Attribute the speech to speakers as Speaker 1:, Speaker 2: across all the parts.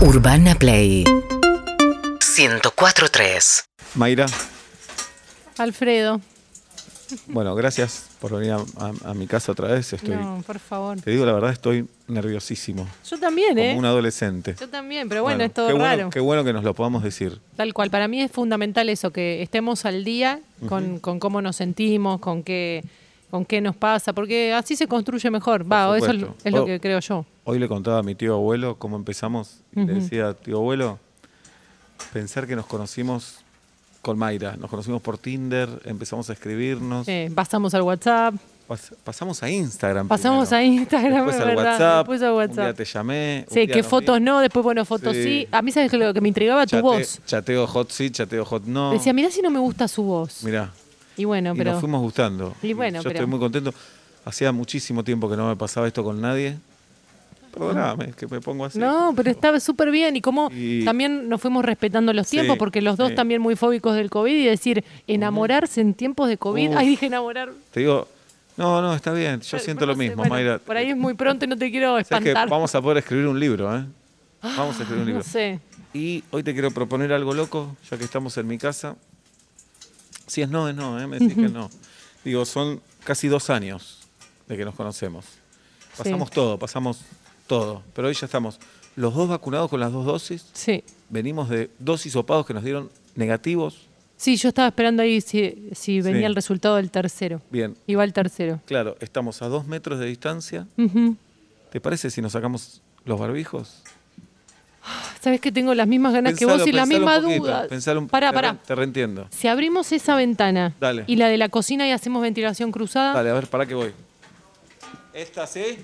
Speaker 1: Urbana Play 104.3
Speaker 2: Mayra,
Speaker 3: Alfredo,
Speaker 2: bueno, gracias por venir a, a- a mi casa otra vez. Estoy,
Speaker 3: no, por favor.
Speaker 2: Te digo la verdad, estoy nerviosísimo,
Speaker 3: Yo también, ¿eh?
Speaker 2: como un adolescente.
Speaker 3: Yo también, pero bueno, es todo
Speaker 2: qué bueno,
Speaker 3: raro.
Speaker 2: Qué bueno que nos lo podamos decir.
Speaker 3: Tal cual, para mí es fundamental eso, que estemos al día con, con cómo nos sentimos, con qué, con qué nos pasa, porque así se construye mejor. Va,
Speaker 2: Por
Speaker 3: eso es,
Speaker 2: supuesto.
Speaker 3: es lo
Speaker 2: Oh.
Speaker 3: que creo yo.
Speaker 2: Hoy le contaba a mi tío abuelo cómo empezamos. y Le decía, tío abuelo, pensar que nos conocimos con Mayra, nos conocimos por Tinder, empezamos a escribirnos,
Speaker 3: Eh, pasamos al WhatsApp,
Speaker 2: pas- pasamos a Instagram.
Speaker 3: Pasamos
Speaker 2: primero,
Speaker 3: a Instagram,
Speaker 2: después
Speaker 3: es
Speaker 2: al
Speaker 3: verdad,
Speaker 2: WhatsApp,
Speaker 3: después al
Speaker 2: Un día
Speaker 3: WhatsApp.
Speaker 2: te llamé. un
Speaker 3: sí,
Speaker 2: día
Speaker 3: que
Speaker 2: nos
Speaker 3: fotos
Speaker 2: vimos.
Speaker 3: no, después bueno, fotos
Speaker 2: Sí.
Speaker 3: sí. A mí sabes que lo que me intrigaba tu
Speaker 2: Chate-
Speaker 3: voz.
Speaker 2: Chateo hot sí, chateo hot no.
Speaker 3: Decía, mirá si no me gusta su voz.
Speaker 2: Mirá.
Speaker 3: y bueno,
Speaker 2: y
Speaker 3: pero...
Speaker 2: nos fuimos gustando.
Speaker 3: Y bueno,
Speaker 2: yo
Speaker 3: pero-
Speaker 2: estoy muy contento. Hacía muchísimo tiempo que no me pasaba esto con nadie. Perdóname, que me pongo así.
Speaker 3: No, pero estaba súper bien y cómo
Speaker 2: Y-
Speaker 3: también nos fuimos respetando los
Speaker 2: Sí,
Speaker 3: tiempos, porque los dos
Speaker 2: sí.
Speaker 3: también muy fóbicos del COVID y decir, enamorarse en tiempos de COVID,
Speaker 2: Uf.
Speaker 3: ay, dije enamorar.
Speaker 2: Te digo, no, no, está bien. Yo siento
Speaker 3: Bueno,
Speaker 2: lo
Speaker 3: no sé,
Speaker 2: mismo,
Speaker 3: bueno,
Speaker 2: Mayra.
Speaker 3: Por ahí es muy pronto y no te quiero
Speaker 2: Sabes que
Speaker 3: espantar.
Speaker 2: vamos a poder escribir un libro, ¿eh? Vamos a escribir un libro.
Speaker 3: no sé,
Speaker 2: Y hoy te quiero proponer algo loco, ya que estamos en mi casa. Si es no, es no, ¿eh? me decís que no. Digo, son casi dos años de que nos conocemos. Pasamos todo, pasamos todo. Pero hoy ya estamos los dos vacunados con las dos dosis.
Speaker 3: sí.
Speaker 2: Venimos de dos hisopados que nos dieron negativos.
Speaker 3: Sí, yo estaba esperando ahí si, si venía
Speaker 2: Sí.
Speaker 3: el resultado del tercero.
Speaker 2: Bien,
Speaker 3: Y va el tercero.
Speaker 2: claro, estamos a dos metros de distancia.
Speaker 3: Ujú.
Speaker 2: ¿Te parece si nos sacamos los barbijos?
Speaker 3: Sabes que tengo las mismas ganas que vos y la
Speaker 2: pensalo
Speaker 3: misma
Speaker 2: un poquito,
Speaker 3: duda.
Speaker 2: pensalo un
Speaker 3: pará,
Speaker 2: te
Speaker 3: pará.
Speaker 2: re- Te reentiendo.
Speaker 3: Si abrimos esa ventana
Speaker 2: Dale.
Speaker 3: y la de la cocina y hacemos ventilación cruzada,
Speaker 2: Dale, a ver, para que voy. ¿Esta sí?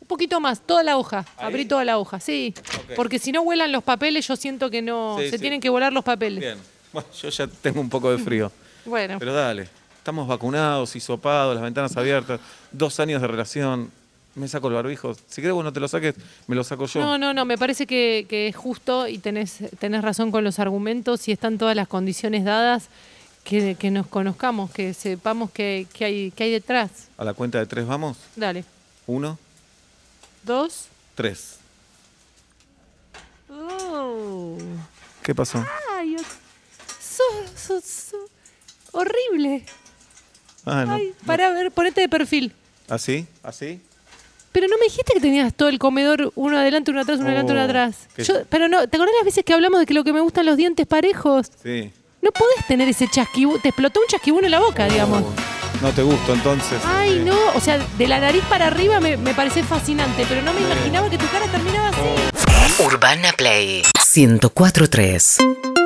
Speaker 3: Un poquito más, toda la hoja.
Speaker 2: ¿Ahí?
Speaker 3: Abrí toda la hoja, sí.
Speaker 2: Ok.
Speaker 3: Porque si no vuelan los papeles, yo siento que no.
Speaker 2: Sí,
Speaker 3: se
Speaker 2: sí.
Speaker 3: tienen que volar los papeles.
Speaker 2: Bien. Bueno, yo ya tengo un poco de frío.
Speaker 3: Bueno,
Speaker 2: Pero dale, estamos vacunados, hisopados, las ventanas abiertas, dos años de relación. Me saco el barbijo. Si querés vos no te lo saques, me lo saco yo.
Speaker 3: no, no, no. Me parece que, que es justo y tenés, tenés razón con los argumentos y están todas las condiciones dadas. Que, que nos conozcamos, que sepamos qué que hay, que hay detrás.
Speaker 2: A la cuenta de tres vamos.
Speaker 3: Dale.
Speaker 2: Uno,
Speaker 3: Dos.
Speaker 2: tres.
Speaker 3: Oh.
Speaker 2: ¿Qué pasó?
Speaker 3: Ay, o- sos, sos- sos horrible.
Speaker 2: Ah, no. ¿Ah,
Speaker 3: Ay, para ver, ponete de perfil.
Speaker 2: ¿Así? ¿Así?
Speaker 3: Pero no me dijiste que tenías todo el comedor, uno adelante, uno atrás, uno adelante, uno
Speaker 2: Oh,
Speaker 3: atrás.
Speaker 2: qué-
Speaker 3: Yo- pero no, ¿te acordás las veces que hablamos de que lo que me gustan los dientes parejos?
Speaker 2: Sí.
Speaker 3: No podés tener ese chasquibú, te explotó un chasquibú en la boca, digamos.
Speaker 2: Oh, No te gusto entonces.
Speaker 3: Ay,
Speaker 2: Sí.
Speaker 3: no, o sea, de la nariz para arriba me, me parece fascinante, pero no me imaginaba que tu cara terminaba así.
Speaker 1: Urbana Play 104.3